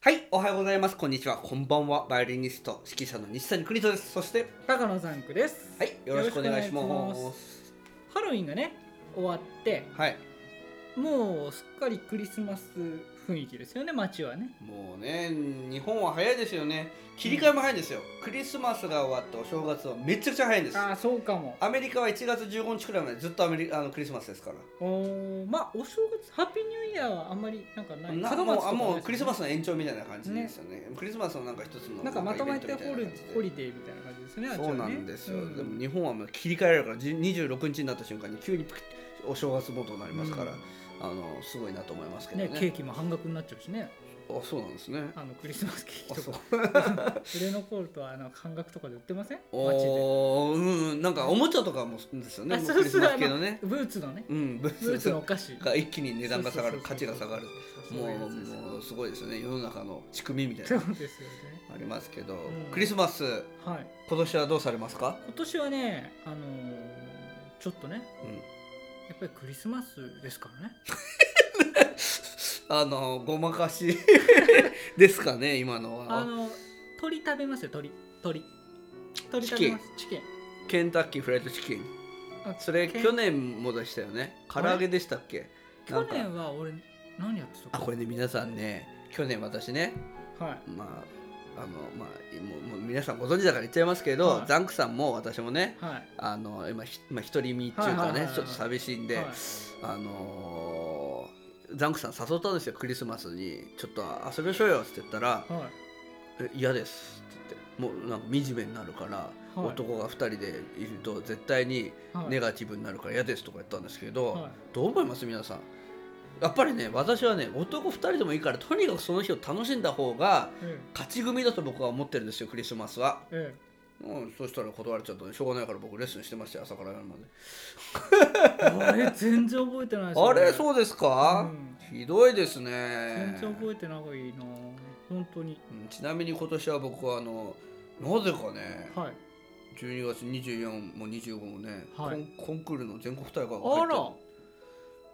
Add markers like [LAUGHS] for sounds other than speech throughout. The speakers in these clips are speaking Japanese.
はい、おはようございます。こんにちは。こんばんは。バイオリニスト指揮者の西谷邦人です。そして、高野さんくです。はい、よろしくお願いしよろま。しくお願いしますハロウィンがね終わってはい、もうすっかりクリスマス雰囲気ですよね街はね。もうね、日本は早いですよね。切り替えも早いんですよ。クリスマスが終わってお正月はめちゃくちゃ早いんです。ああそうかも。アメリカは1月15日くらいまでずっとアメリあのクリスマスですから。おーまあお正月ハッピーニューイヤーはあんまりなんかない。な門もう松とかあないですよねもうクリスマスの延長みたいな感じですよね。クリスマスのなんか一つのなんかまとめてなんかイホベントみたいな感じルでホリデーみたいな感じですね。あっちはそねうなんですよ、うんでも日本はもう切り替えられるからじ26日になった瞬間に急にプクッお正月モードになりますから、うんあのすごいなと思いますけどねねケーキも半額になっちゃうしね。あそうなんですねあのクリスマスケーあキそとうか [LAUGHS] 売れ残るとあの半額とかで売ってません？街で。おーうんうんなんかおもちゃとかもそうですよねあもそうそうクリスマス系のねブーツのね。うんブブーーツツのお菓子。が一気に値段が下がるそ価うそ値うがそ下うがるそうもそうういうやつですよねもうすごいですよね世の中の仕組みみたいそうなですよね。ありますけど、んクリスマスはい。今年はどうされますか、今年はね、あのーちょっとね、うん、やっぱりクリスマスですからね。あのごまかし [LAUGHS] ですかね今のはあの鳥食べますよ、鳥。鳥。鳥食べます。チキン。ケンタッキーフライドチキンあそれケン去年もでしたよね唐揚げでしたっけな去んか年は俺、何やってたあこれね皆さんね去年私ねはい。まああのまあもうもう皆さんご存知だから言っちゃいますけど、はいザンクさんも私もねはい。あの今ひ今一人身っていうはいかはいはいねはいちょっと寂しいんで、はいあのーザンクさん誘ったんですよクリスマスに「ちょっと遊びましょうよ」って言ったらはい。 「え嫌です」って言ってもうなんか惨めになるから、はい男が2人でいると絶対にはいネガティブになるから嫌ですとか言ったんですけど、はいどう思います皆さんやっぱりね私はね男2人でもいいからとにかくその日を楽しんだ方がえ勝ち組だと僕は思ってるんですよクリスマスは、ええうん、そしたら断れちゃったんでしょうがないから僕レッスンしてましたよ朝から夜までえあれ、全然覚えてないですあれうそうですか、んひどいです全ね然覚えてない方がいいな本当に。うんちなみに今年は僕はあのなぜかねはい。 12月24も25もね、はいコンコンクールの全国大会が入あってるら、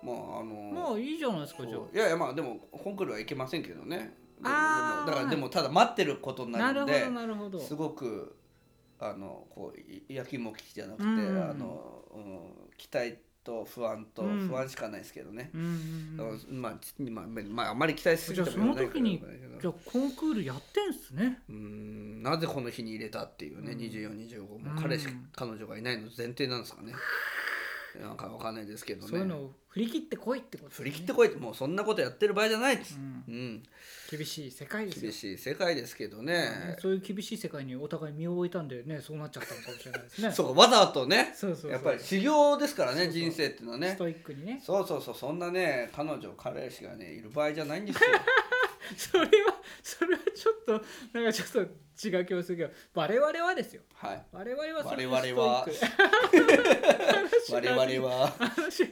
まああのまあいいじゃないですか、じゃそういやいやまあでもコンクールはいけませんけどねでもあーでもだからでもただ待ってることにあ。ななるるんほでど、なるほど。すごくあのこういやきもきじゃなくて、うんうんうんあのうん、期待と不安とうん不安しかないですけどね、うんうんだうかんらまあちまあ、まあまあ、あまり期待しすぎてもよくないけどじゃあじゃあコンクールやってんすね。うーんなぜこの日に入れたっていうね、うん2425もうん彼しか彼女がいないの前提なんですかね、なんかわかんないですけどねそういうのを振り切ってこいってこと、ね。振り切ってこいってもうそんなことやってる場合じゃないっつう、んう、ん、厳しい世界ですよ厳。しい世界ですけどねね。そういう厳しい世界にお互い身を置いたんでね、そうなっちゃったのかもしれないですね。そうわざとね、そうそうそうやっぱり修行ですからそうね、そう人生っていうのはねス。トイックにね。そうそうそう、そんなね、彼女、彼氏がね、いる場合じゃないんですよ。 [LAUGHS] それはそれはちょっとなんかちょっと違う気もするけど、我々はですよ。はい。我々はそ我れ々はストイック我々は。話宇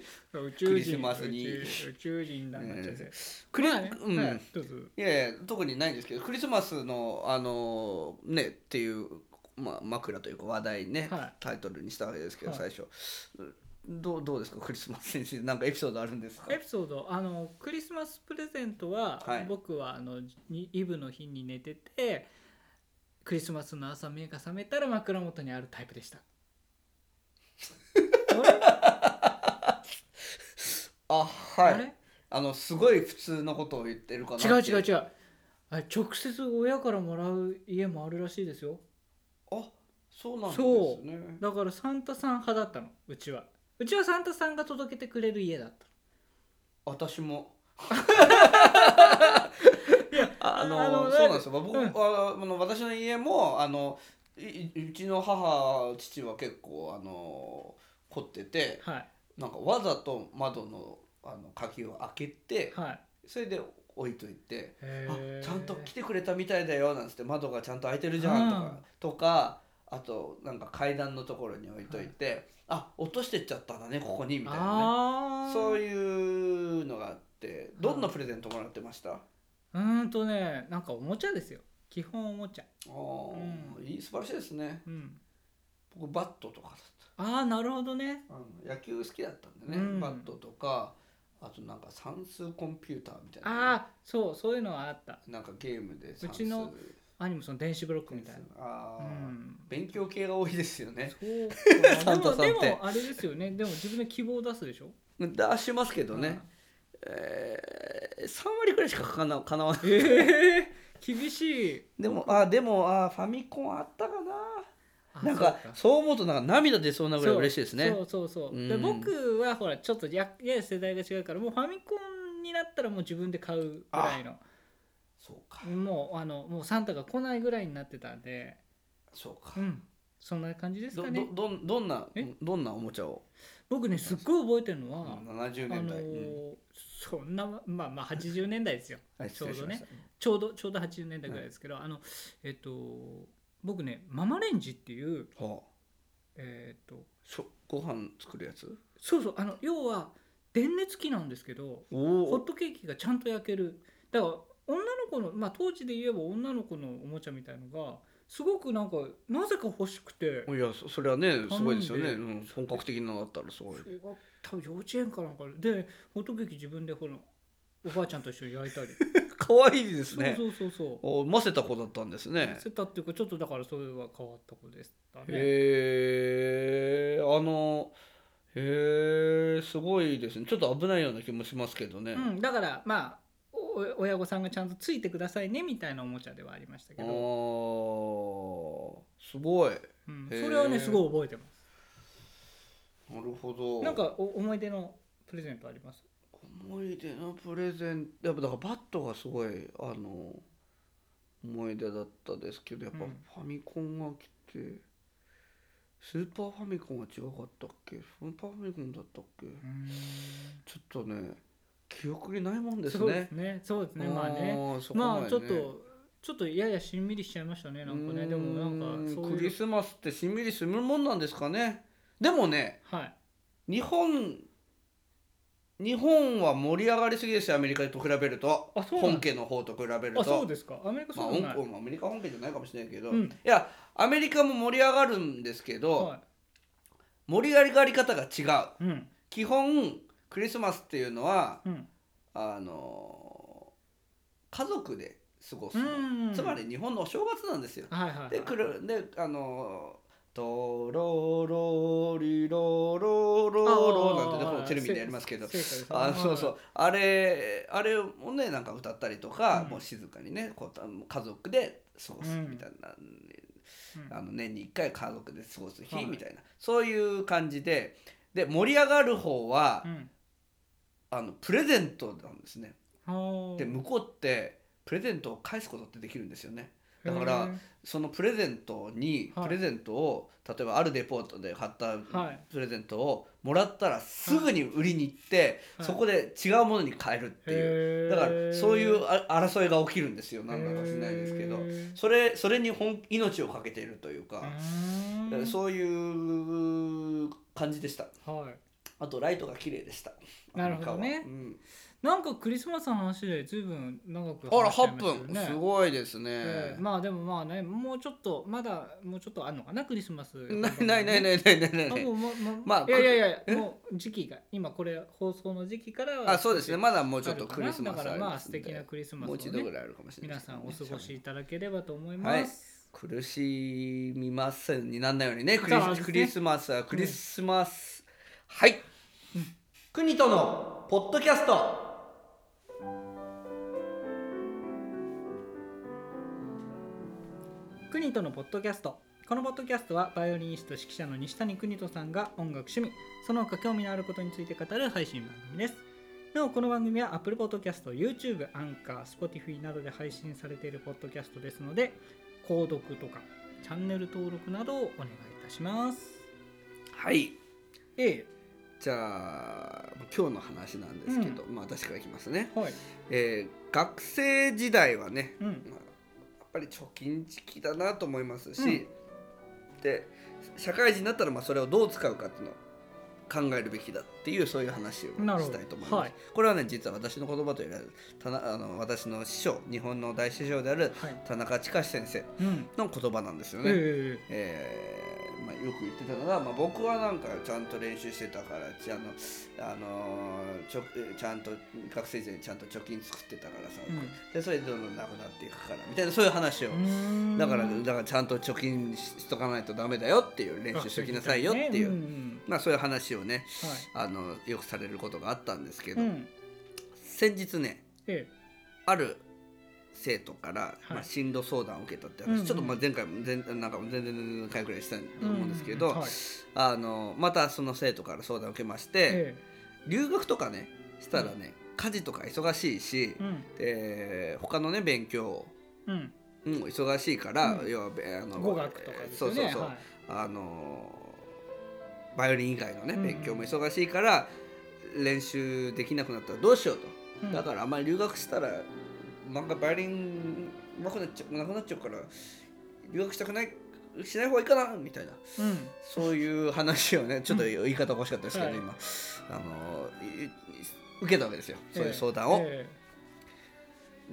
宙クリス人マスに宇宙宇宙人だなっちゃって。クリ、まあねうん。はいい、どうぞ。やいや、特にないんですけど、クリスマスの、あのーね、っていう、まあ、枕というか、話題ね、はいタイトルにしたわけですけど、はい最初。どう、どうですか、クリスマス先生、なんかエピソードあるんですか。エピソードあのクリスマスプレゼントは、はい僕はあのにイブの日に寝ててクリスマスの朝目が覚めたら枕元にあるタイプでしたああ、れ,、はあい。あの、すごい普通のことを言ってるかなって。れ違う違う違うあれ直接親からもらう家もあるらしいですよあそうなんですそねだからサンタさん派だったのうちはうちはサンタさんが届けてくれる家だった私 [LAUGHS] もやあのあのそうなんですよ僕、うんあの私の家もあのいいうちの母父は結構あの凝っててのはいなんかわざと窓のあの鍵を開けてはいそれで置いといて「へあーちゃんと来てくれたみたいだよ」なんつって窓がちゃんと開いてるじゃんとか、とうんかあとなんか階段のところに置いといて「あ落としてっちゃったんだねここに」みたいなね。ああそうういうのがあってどんなプレゼントもらってました、あうーんとねなんかおもちゃですよ基本おもちゃあ、いい素晴らしいですねうん僕バットとかだっああなるほどねたあの野球好きだったんでね、うんバットとかあとなんか算数コンピューターみたいなああそうそういうのはあったなんかゲームで算数うちの兄もその電子ブロックみたいなあうー、ん勉強系が多いですよねそうかサンタさんでっもてでもあれですよねでも自分で希望を出すでしょ出しますけどね、えー、3割くらいしかかなかなわないうんええ厳しいでもあでもあファミコンあったかあななんかそうそう思うとなんか涙出そうなぐらいそう嬉しいですねそうそうそう、うんで僕はほらちょっとややや世代が違うからもうファミコンになったらもう自分で買うぐらいのそうかもうあのもうサンタが来ないぐらいになってたんでそうかうんそんな感じですどかどねどんどんなえどんなおもちゃを僕ねすっごい覚えてるのは、 70あ年の代、ーそんなまあまあ80年代 [LAUGHS] ですよはい失礼しましたちょうどちょうど80年代ぐらいですけど、あのえっと僕ねママレンジっていうはあえっとしょご飯作るやつそうそうあの要は電熱器なんですけどおホッおトケーキがちゃんと焼けるだから女の子のまあ当時で言えば女の子のおもちゃみたいのがすごくなんかなぜか欲しくていやそそれはねすごいですよね、頼んうん、本格的なのだったらすごい小学多分幼稚園かなんかででホットケーキ自分でほらおばあちゃんと一緒に焼いたり可愛いです [LAUGHS] ねそうそうそうそうお混ぜた子だったんですねせたっていうかちょっとだからそれは変わった子でしたね。へえあのへえすごいですねちょっと危ないような気もしますけどね、うん、だからまあお親御さんがちゃんとついてくださいねみたいなおもちゃではありましたけあど、ーすごいうん、へーそれはねすごい覚えてまなるほどすなんかお思い出のプレゼントあります思い出のプレゼントやっぱだからバットがすごいあの思い出だったですけどやっぱうんファミコンが来て、スーパーファミコンは違かったっけスーパーファミコンだったっけちょっとね記憶にないもんですそうでねすねそうですねまあねーそこまでまねあちょっとちょっとややしんみりしちゃいましたねなんかねでもなんかうーそんうクいリうスマスってしんみりするもんなんですかねでもねはい日本日本は盛り上がりすぎですよアメリカと比べるとあそうなん本家の方と比べるとあそうですかアメリカまあ、そうじ香ゃない、港もアメリカ本家じゃないかもしれないけど、うんいやアメリカも盛り上がるんですけど、はい盛り上がり方が違ううん基本クリスマスっていうのはうんあの家族で過ごす、うんつまり日本のお正月なんですよはいはいはいでくるであの「とろろりろろろろ」なんてねこのテレビでやりますけどせ正解ですあそうそはうあれあれをねなんか歌ったりとか、うんもう静かにねこうあの家族で過ごすみたいな、いうんあの年に1回家族で過ごすはい日みたいな、そういう感じでで盛り上がる方は、うんあのプレゼントなんですね。ほうで向こうってプレゼントを返すことってできるんですよね。だかへらーそのプレゼントに、はいプレゼントを例えばあるデポートで買ったはいプレゼントをもらったらすぐに売りに行って、はいそこで違うものに変えるっていう、だからそういうあ争いが起きるんですよなんだかしないですけど、それそれに本命をかけているというか、だからうそういう感じでしたーんはいあとライトが綺麗でしたなるほどねうんなんかクリスマスの話で随分長くあら話しちゃいましたよ8分すごいですね、ええまあでもまあねもうちょっとまだもうちょっとあるのかなクリスマス [LAUGHS] ないないないいないないないないあもうもうもうまあいやいやいえやもう時期が今これ放送の時期からはあそうですねまだももうちょっとクリスマスだからりまあます素んで敵なクリスマスもをう一度ぐねらいあるかもしれないで皆すけさどね、んお過ごしいただければと思います苦しみませんになんないようにねクそうでリすねスクリスマスはクリスマス、はい国とのポッドキャストクニトのポッドキャストこのポッドキャストはバイオリニスト指揮者の西谷邦人さんが音楽趣味その他興味のあることについて語る配信番組ですなおこの番組は Apple Podcast、YouTube、アンカー、Spotify などで配信されているポッドキャストですので購読とかチャンネル登録などをお願いいたしますはいえじゃあ今日の話なんですけど、まあ私からいきますね、えはいえー学生時代はね、うんまあ、やっぱり貯金時期だなと思いますし、うんで社会人になったらまあそれをどう使うかっていうのを考えるべきだっていうそういう話をなるほしどたいと思います、はいこれはね実は私の言葉というよりはたなあの私の師匠日本の大師匠であるはい田中千佳先生うんの言葉なんですよね、ええーまあ、よく言ってたのが、まあ、僕はなんかちゃんと練習してたからちあの、あのーちょちゃんと学生時代にちゃんと貯金作ってたからさ、うんでそれでどんどんなくなっていくからみたいなそういう話を、だからだからちゃんと貯金ししとかないとダメだよっていう練習しときなさいよっていう、うんまあ、そういう話をねうんはあいのよくされることがあったんですけど、うん先日ねええある生徒から、はいまあ、進路相談を受けたって話、うんうんちょっとまあ前回も全なんか全然全然何回くらいしたと思うんですけど、うんはいあのまたその生徒から相談を受けまして、え留学とかねしたらね、家事とか忙しいしえ、うんえー他のね勉強うんも忙しいから、うん要はべあの語学とかですよねそうそうそう、はいあのバイオリン以外のねうんうん勉強も忙しいから、練習できなくなったらどうしようと。うんだからあんまり留学したら漫画バイオリンうまくなっちゃうなくなっちゃうから留学したくないしない方がいいかなみたいなうんそういう話をねちょっとうん言い方が欲しかったですけど、はい今あのいい受けたわけですよそういう相談を。え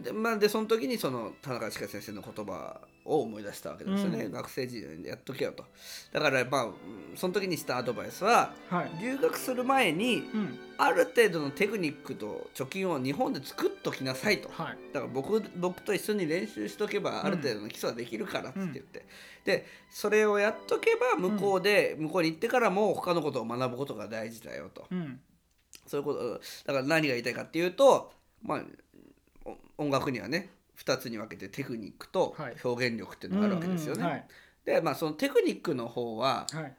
で,、まあ、でその時にその田中千佳先生の言葉を思い出したわけですよね、うん学生時代にやっとけよと。だからまあうんその時にしたアドバイスはえはい留学する前にうんある程度のテクニックと貯金を日本で作っときなさいと。はいだから僕僕と一緒に練習しとけばある程度の基礎はできるからっつって言って、でそれをやっとけば向こうで、向こうに行ってからも他のことを学ぶことが大事だよとうんそういうことだから何が言いたいかっていうと、まあ、お音楽にはね2つに分けてテクニックとはい表現力っていうのがあるわけですよね。うんうんはいでまあそのテクニックの方は、はい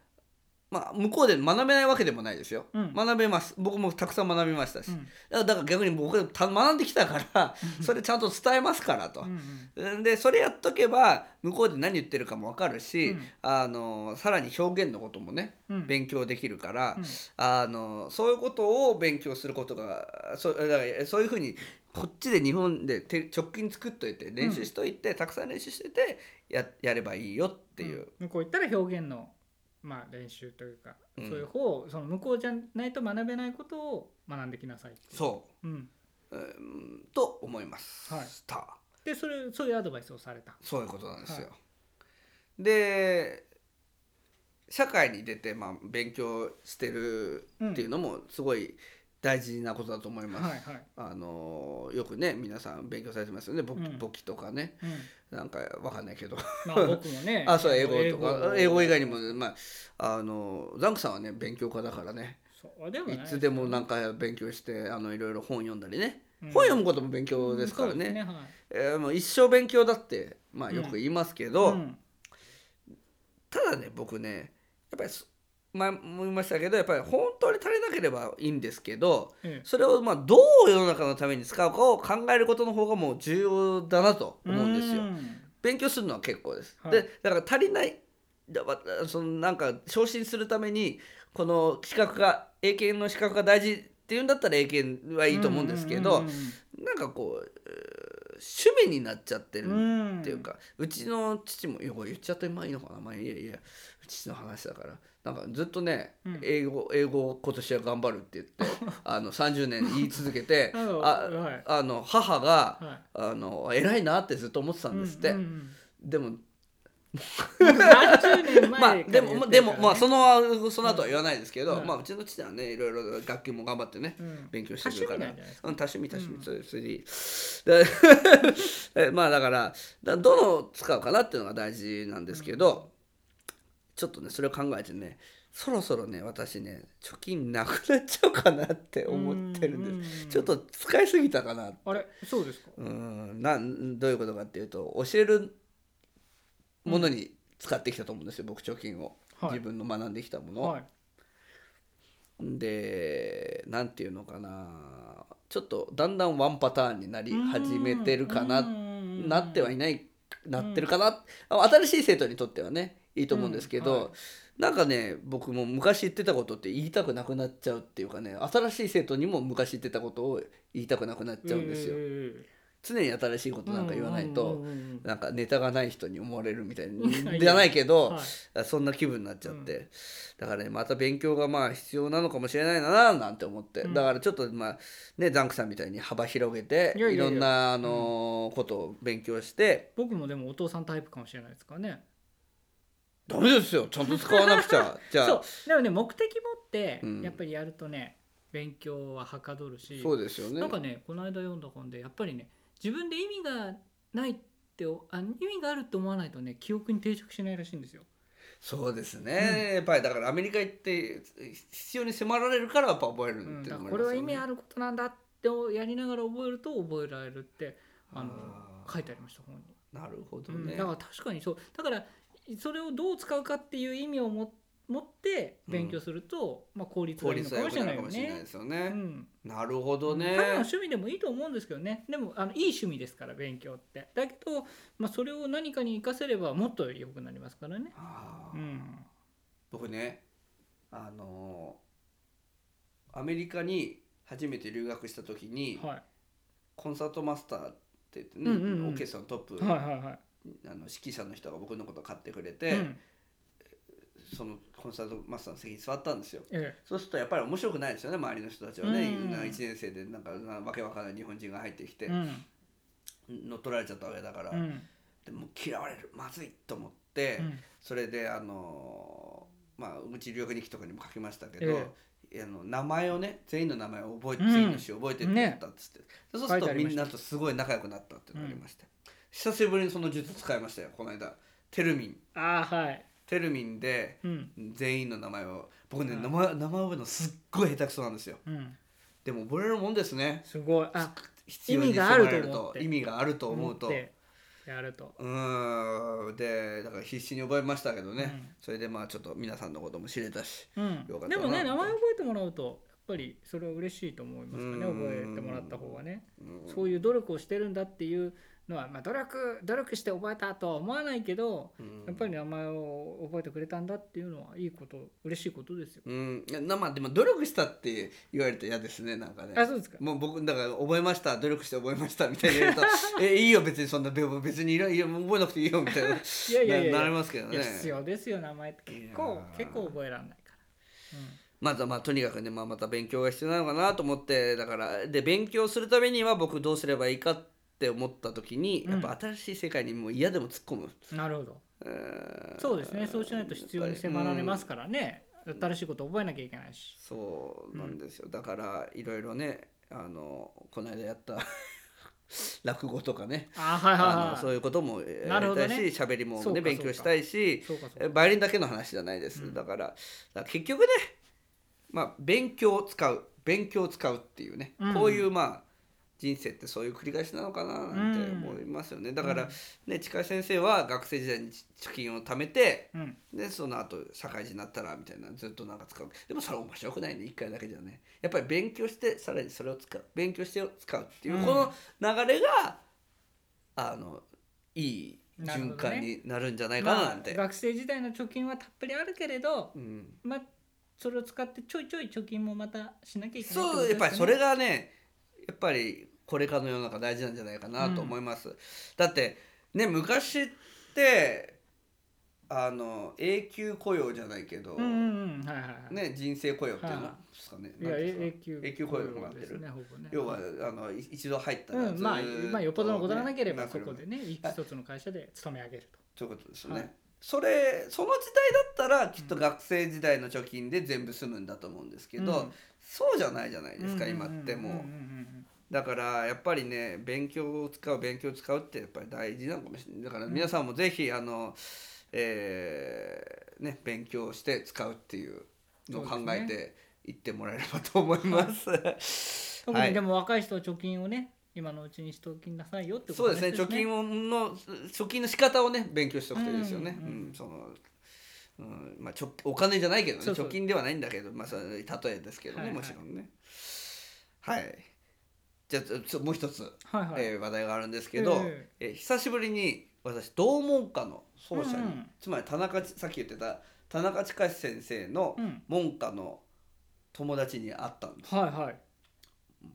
まあ、向こうで学べないわけでもないですよ。うん学べます僕もたくさん学びましたし、うだかんらだから逆に僕た学んできたからそれちゃんと伝えますからと。うんうんでそれやっとけば向こうで何言ってるかも分かるし、うんあのさらに表現のこともねうん勉強できるから、うんあのそういうことを勉強することがそだからそういうふうにこっちで日本で手直近作っといて練習しといて、たくさん練習しててややればいいよっていう、ん向こう行ったら表現の、まあ、練習というか、うんそういう方をその向こうじゃないと学べないことを学んできなさいっていう、そうん、う、うん、と思います、はいたでそれそういうアドバイスをされたそういうことなんですよ。はで社会に出て、まあ、勉強してるっていうのもすごい大事なことだと思います。はいはい、あのよくね皆さん勉強されてますよね簿記,、うん簿記とかねうん、なんかわかんないけどまあ僕もね [LAUGHS] あそう英語とか英語以外にもも、まあ、あのザンクさんはね勉強家だからねそうでもいないつでもなんんか勉強してあのいろいろ本読んだりね、うん本読むことも勉強ですからね,、そうですはいえーもう一生勉強だって、まあ、よく言いますけど、うんただね僕ねやっぱりそ前も言いましたけどやっぱり本当に足りなければいいんですけどええそれをまあどう世の中のために使うかを考えることの方がもう重要だなと思うんですよ。勉強するのは結構です。はいでだから足りないだわそのなんか昇進するためにこの資格が英検の資格が大事っていうんだったら英検はいいと思うんですけど、うんなんかこうえー趣味になっちゃってるうんっていうか、うちの父もいやこれ言っちゃってまあいいのかなまあいやいや父の話だからなんかずっとね、うん英語英語を今年は頑張るって言って [LAUGHS] あの30年言い続けてなるほどあはいあの母が、はあの偉いなってずっと思ってたいんですって、うんうんでもうん30年前まあでもでもまあその、のその後は言わないですけど、うんまあうちの父はねいろいろ楽器も頑張ってね、うん、勉強してくるから多趣味なんじゃないですかうん多趣味多趣うん味それそれでいいで [LAUGHS] えまあだからだどの使うかなっていうのが大事なんですけど、ちょっとねそれを考えてねそろそろね私ね貯金なくなっちゃうかなって思ってるんです、ですちょっと使いすぎたかなあれそうですかうんなんどういうことかっていうと教えるものに使ってきたと思うんですよ、僕貯金を、はい自分の学んできたものを、はいでなんていうのかなちょっとだんだんワンパターンになり始めてるかななってはいいないなってるかな新しい生徒にとってはねいいと思うんですけど、うんはいなんかね僕も昔言ってたことって言いたくなくなっちゃうっていうかね新しい生徒にも昔言ってたことを言いたくなくなっちゃうんですよ。常に新しいことなんか言わないと、なんかネタがない人に思われるみた [LAUGHS] いうんにじゃないけど、はいそんな気分になっちゃって、だからねまた勉強がまあ必要なのかもしれないななんて思って、うんだからちょっとまあねザンクさんみたいに幅広げていいやいやいやろんなあのーことを勉強して僕もでもお父さんタイプかもしれないですからねダメですよちゃんと使わなくち [LAUGHS] ゃじゃあそそうでもね目的持ってうんやっぱりやるとね、勉強ははかどるしうですよねなんかねこの間読んだ本でやっぱりね自分で意味がないっておあ意味があると思わないとね記憶に定着しないらしいんですよ。そうですね、やっぱりだからアメリカ行って必要に迫られるからやっぱ覚えるうんっていだうのかもらあこりますよれは意味ねあることなんだってやりながら覚えると覚えられるってあのあー書いてありました本に。なるほどうんね、だから確かにそうだからそれをどう使うかっていう意味をも持って勉強すると、まあ、効率効がいいの率かは良もくしれなないるかよもしれないで。ねすようね、んなるほどねただの趣味でもいいと思うんですけどねでもあのいい趣味ですから勉強ってだけど、まあ、それを何かに活かせればもっと良くなりますからね、あーうん、僕ねあのーアメリカに初めて留学した時に、はコンサートマスターって言ってね、うんうんうんオーケストラのトップ、いはいはいはあの指揮者の人が僕のことを買ってくれい、て、うんそのコンサートマスターの席に座ったんですよえそうするとやっぱり面白くないですよね周りの人たちはね、うん1年生でなんかなわけわかんない日本人が入ってきて、えうん乗っ取られちゃったわけだから、うんでもう嫌われるまずいと思って、うんそれであのーまあうち留学日記とかにも書きましたけど、えあの名前をね全員の名前を覚えて、うん次の週覚えてって言ったっつって、でそうする書いてとありみましんたなとすごい仲良くなったっていうのがありまして、久しぶりにその術使いましたよこの間テルミンああはい、テルミンでうん全員の名前を僕ね、うん名前名前覚えるのすっごい下手くそなんですようん、でも覚えれるもんですねすごいあ必要に意味があると迫られ思って意味があると思うと思ってやるとうーんでだから必死に覚えましたけどね、うんそれでまあちょっと皆さんのことも知れたしうんよかったなでもね名前覚えてもらうとやっぱりそれは嬉しいと思いますかねう覚えんてもらった方がねうんそういう努力をしてるんだっていうのは、まあ、努力努力して覚えたとは思わないけどうんやっぱり名前を覚えてくれたんだっていうのはいいこと嬉しいことですよ。うんいやなまあでも努力したって言われると嫌ですねなんかねあそうですかもう僕だから覚えました努力して覚えましたみたいに [LAUGHS] 言うと「えいいよ別にそんなべ別にいらいやもう覚えなくていいよ」みたいないやいやいやいやななりますけどいやね必要ですよ名前って結構いやー結構覚えられないかまずはまあとにかくね、まあ、また勉強が必要なのかなと思ってだからで勉強するためには僕どうすればいいかって思った時に、うんやっぱ新しい世界にもう嫌でも突っ込むら、なるほどうんそうですねそうしないと必要に迫られますからね、新しいこと覚えなきゃいけないし。そうなんですよ、だからいろいろねあのこの間やった [LAUGHS] 落語とかねあはいはいあのはいそういうこともえーなやるほりどたねいし喋、りもそうねか勉強したいしそうかそうえかバイオリンだけの話じゃないです、うんだからだから結局ね、まあ、勉強を使う勉強を使うっていうね、うんこういうまあ人生ってそういう繰り返しなのかななんてうん思いますよね、だかうらんね近井先生は学生時代に貯金を貯めてうんでその後社会人になったらみたいなずっとなんか使うでもそれ面白くないね一回だけじゃねやっぱり勉強してさらにそれを使う勉強して使うっていう、うんこの流れがあのいい循環になるんじゃないかなまなあんて、学生時代の貯金はたっぷりあるけれど、うん、まあ、それを使ってちょいちょい貯金もまたしなきゃいけないってこそとうですやねっぱりそれがねやっぱりこれからの世の中大事なんじゃないかなと思います、だってね昔ってあの永久雇用じゃないけど、うんうんうんはいはいはいね、人生雇用っていうのはいですかね。いなんやていうんですか永久永久雇用もらってるですねほぼね要はあのい一度入ったらうんまあずーとまあよっぽどのことがなければねそこでね一つの会社で勤め上げるということですよね、はいそれその時代だったらきっと学生時代の貯金で全部済むんだと思うんですけど、うんそうじゃないじゃないとですか、今ってもう,、うんうんうんだからやっぱりね勉強を使う勉強を使うってやっぱり大事なのかもしれないだから皆さんもぜひあの、えーね、勉強して使うっていうのを考えそうですていってもらえればと思います。うん特にでも若い人は貯金をね今のうちにしておきなさいよってこそうとですね貯金ををの貯金の仕方をね勉強しておくといいですよね。ううんんうんそのうんまあ、ちょお金じゃないけどねそうそう貯金ではないんだけど、まあ、それ例えですけどね、はいはいもちろんね。はいじゃあちょちょもう一つ、はいはいえー話題があるんですけど、ええー久しぶりに私同門下の奏者に、うんうんつまり田中ちさっき言ってた田中親先生のうん門下の友達に会ったんです、はいはい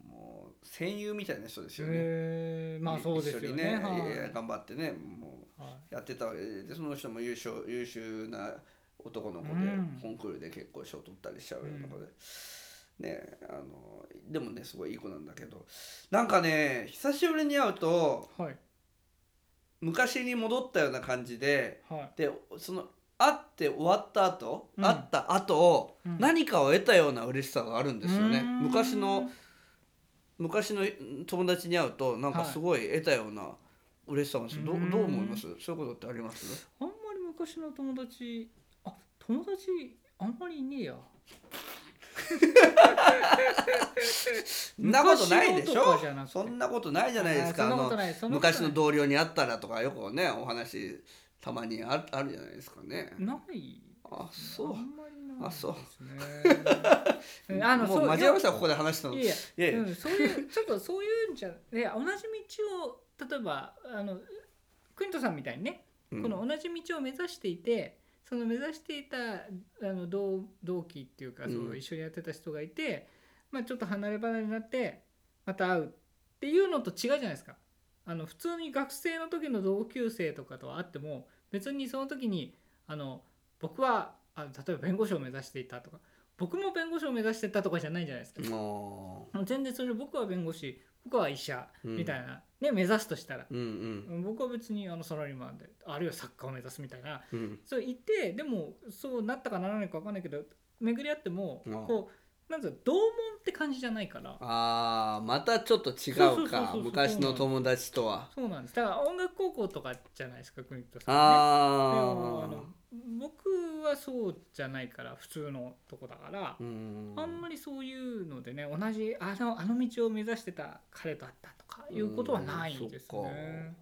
もう戦友みたいな人ですよね。へえまあそうですよね一緒にね、はい頑張ってねもはうやってたわけででその人も優秀優秀な男の子で、うんコンクールで結構賞取ったりしちゃうような子で、ねあのでもねすごいいい子なんだけどなんかね久しぶりに会うといはい昔に戻ったような感じではいでその会って終わった後、うん会った後、うん何かを得たような嬉しさがあるんですよねうーん昔の昔の友達に会うとなんかすごい得たような嬉しさがする、うーんどうどう思いますそういうことってありますあんまり昔の友達あ友達あんまりいねえ [LAUGHS] やそんなことないでし昔のとかょじゃなくてそんなことないじゃないですかああそんなこのとないそんなことない昔の同僚に会ったらとかよくねお話たまにああるじゃないですかねないあそうあんまりないあそうですねあのも [LAUGHS] そうう交わしたらここで話したのいやいやいいや、やうん、そういうちょっとそういうんじゃね同じ道を例えばあのクイントさんみたいにね、うんこの同じ道を目指していてその目指していたあの同同期っていうかそうのん一緒にやってた人がいて、まあ、ちょっと離れ離れになってまた会うっていうのと違うじゃないですか。あの普通に学生の時の同級生とかとはあっても別にその時にあの僕はあ例えば弁護士を目指していたとか僕も弁護士を目指してたとかじゃないじゃないですか。ももう全然それ僕は弁護士僕は医者うんみたいな、ね目指すとしたらううんうん僕は別にあのサラリーマンであるいは作家を目指すみたいなうんそう言ってでもそうなったかならないか分かんないけど巡り合ってもうんこうなんつうの同門って感じじゃないからあーまたちょっと違そうそううそうかそう昔の友達とはそうなんですだから音楽高校とかじゃないですか国人さんね。でもああの僕はそうじゃないから普通のとこだからーうんあんまりそういうのでね同じあのあの道を目指してた彼と会ったとかいうことはないんですうんそっね。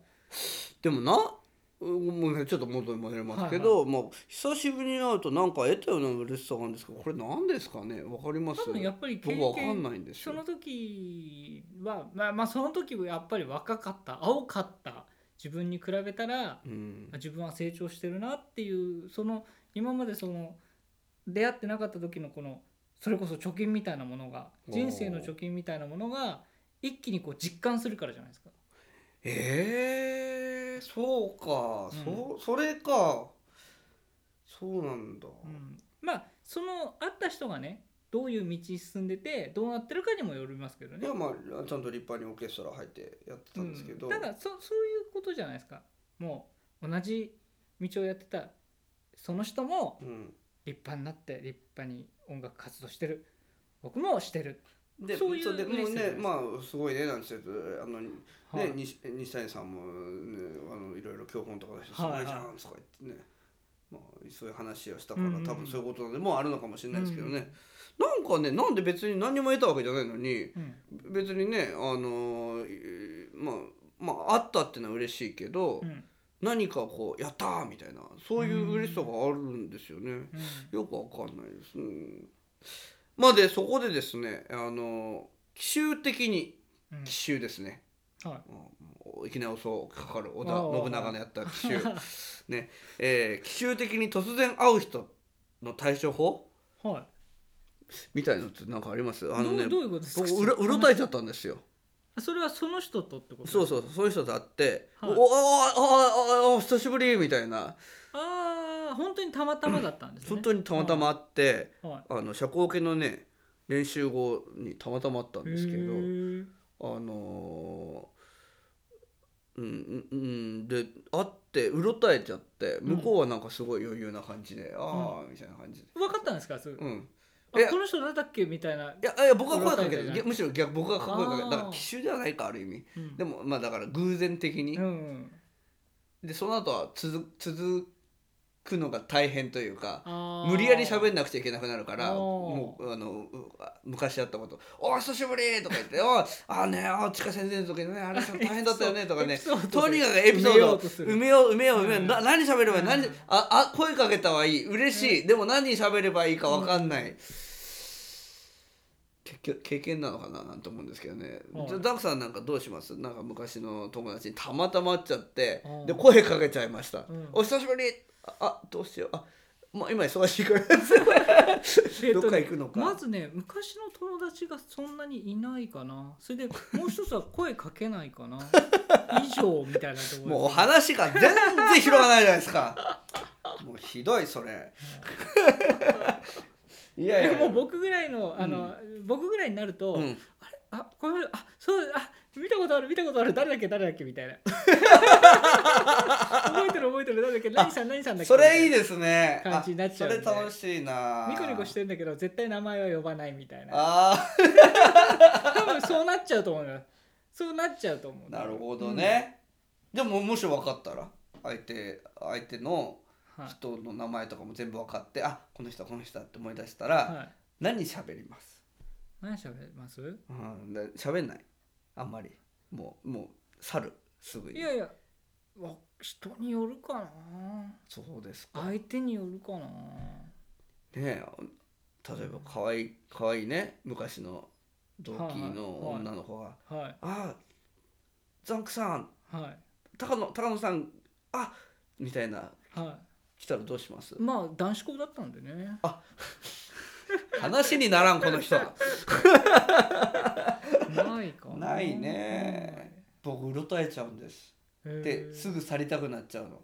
でもなうんもうちょっと元に戻りますけど、もう久しぶりに会うとなんか得たような嬉しさがあるんですけどこれ何ですかねわかります多分やっぱり経僕わかん験ないんですそよの時はまあまあその時はやっぱり若かった青かった自分に比べたらうんあ自分は成長してるなっていうその今までその出会ってなかった時のこのそれこそ貯金みたいなものがおー人生の貯金みたいなものが一気にこう実感するからじゃないですか。えー、そうか、そうそれかそうなんだ、うん、まあその会った人がねどういう道進んでてどうなってるかにもよりますけどいねや。まあちゃんと立派にオーケストラ入ってやってたんですけど、うん、ただそそういうことじゃないですかもう同じ道をやってたその人もうん立派になって立派に音楽活動してる僕もしてる、でそういうそでも嬉うしさじゃねないまあすごいねなんですけどあの、ねはい西西谷さんも、ね、あのいろいろ教本とか出してすはいごいじゃんとか言ってね、まあ、そういう話をしたから、うんうんうん多分そういうことなんでもうあるのかもしれないですけどね、なんかねなんで別に何も得たわけじゃないのにうん別にねあのいまあまああったっていうのは嬉しいけど、うん何かこうやったーみたいなそういう嬉しさがあるんですよね。うんよくわかんないです、うんまあでそこでですねあの奇襲的にうん奇襲ですね、はいうんいきなり襲うかかる織田ああ信長のやった奇襲ねえー奇襲的に突然会う人の対処法はいみたいなのってなんかありますあどのうねどういうことですか僕うろうろたえちゃったんですよそれはその人とってことそううそうそういう人と会って「はいおおおおおお久しぶり」みたいなああ本当にたまたまだったんですね本当にたまたま会って、はあの社交系のね練習後にたまたま会ったんいですけどへーあのーうんうんうんで会ってうろたえちゃってん向こうはなんかすごい余裕な感じで、ああみたいな感じで分かったんですかすぐうんあえこの人だったっけみたいな、いやいや僕は声かうろたえけたじゃてんげむしろ逆僕が声かけあーてだから奇襲ではないかある意味うん、でも、もまあだから偶然的に、うんうん、でその後は続続くのが大変というかあー無理やり喋んなくちゃいけなくなるからあーもうあのう昔やったこと「お久しぶり!」とか言って「おあーねあちか先生の時ねあれ大変だったよね」とかエねピソードとでにかくエピソードを埋埋めめよう埋めよう埋めよう、うんな何喋ればいい、何うんああ声かけたはいい嬉しい、でも何喋ればいいか分かんない、結局経験なのかななんて思うんですけどね、はいじゃあダクさんなんかどうしますなんか昔の友達にたまたま会っちゃって、うんで声かけちゃいました「うんお久しぶりあ」あどうしようあもう今忙しいからえっ [LAUGHS] とどっか行くのか、まずね昔の友達がそんなにいないかなそ [LAUGHS] れでもう一つは声かけないかな以上みたいなところもうお話が全然広がないじゃないですかもうひどいそ [LAUGHS] れいやいやもう僕ぐらいのあの、僕ぐらいになると、うんあこれあそう [LAUGHS] あ見たことある見たことある誰だっけ誰だっけみたいな覚えてる覚えトルなんだっけ何さん何さんだっけそれいいですね感じになあっちゃそうねれ楽しいなニコニコしてるんだけど絶対名前は呼ばないみたいなあ多分そうなっちゃうと思うよそうなっちゃうと思うあなるほど、ね、でももし分かったら相手相手のうんはい人の名前とかも全部分かってあこの人はこの人だって思い出したらはい、何喋ります何しゃべりますうんで喋んないあんまりもうもう去るすぐいにやいやわ人によるかなそうですかね相手によるかなえ例えば可愛い可愛いね昔の同期のはいはい女の子がは「いあザンクさんはい高野高野さんあみたいなは来たらどうしますいまあ男子校だったんでね話にならんこの人 [LAUGHS] はないかないね僕うろたえちゃうんですうんですぐ去りたくなっちゃうの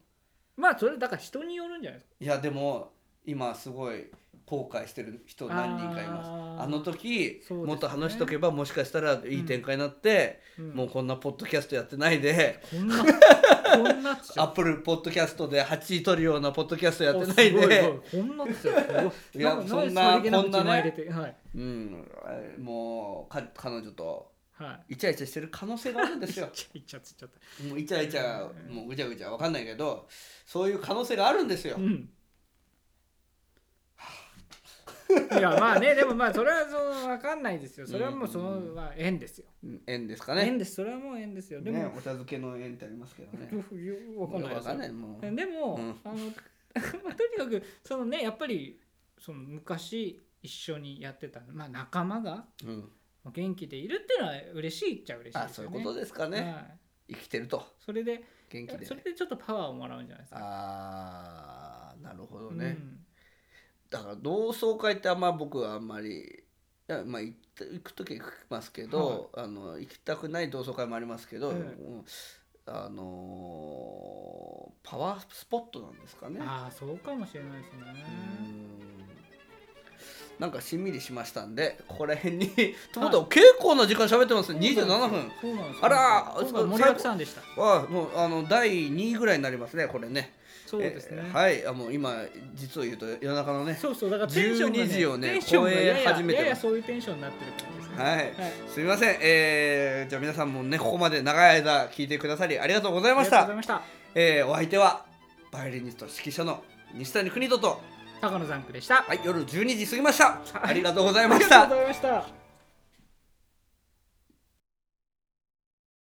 まあそれだから人によるんじゃないですいやでも今すごい後悔してる人か何人かいますあーあの時、そうですねもっと話しとけばもしかしたらいい展開になって、うんもうこんなポッドキャストやってないで、こんなこんなっちアゃップルポッドキャストで8位取るようなポッドキャストややってないで、こんなっちゃいやそんなこんなねてはいうん、えもうか彼女とはいイチャイチャしてる可能性があるんですよいっちゃっちゃったもうイチャイチャもうぐちゃぐちゃわかんないけどそういう可能性があるんですよ、うんいやまあねでもまあそれはその分かんないですよそれはもうそのまあ縁ですようん縁ですか縁ねですそれはもう縁ですよでねおも茶漬けの縁ってありますけどね分かんないでわすよかんないもうでも、うんあの [LAUGHS] まあとにかくそのねやっぱりその昔一緒にやってた、まあ、仲間がうん元気でいるっていうのは嬉しいっちゃ嬉しいあですそういようね。ことですかねはい、生きてるとそれで元気でそれでちょっとパワーをもらうんじゃないですか。あーなるほどうね、んだから同窓会ってあんま僕はあんまりいやまあ行った行く時は行きますけど、あの行きたくない同窓会もありますけど、ええうんあのーパワースポットなんですかねああそうかもしれないですね。うんなんかしんみりしましたんでここら辺にということは結構な時間喋ってますね27分そうなんですあら今回盛りだくさんでした。はもうあの第2位ぐらいになりますねこれねそうですね。えーはいあもう今実を言うと夜中のねそうそうだからテンションが、 12時をねテンションがやや超え始めてますややそういうテンションになってる感じですね。はいはいすみません、えーじゃあ皆さんもねここまで長い間聞いてくださりありがとうございあまりしがとうございた、ました。えーお相手はバイオリニスト指揮者の西谷邦人と、高野ザンクでした。はい、夜12時過ぎましたいありがとうございあまりしがとたうございました。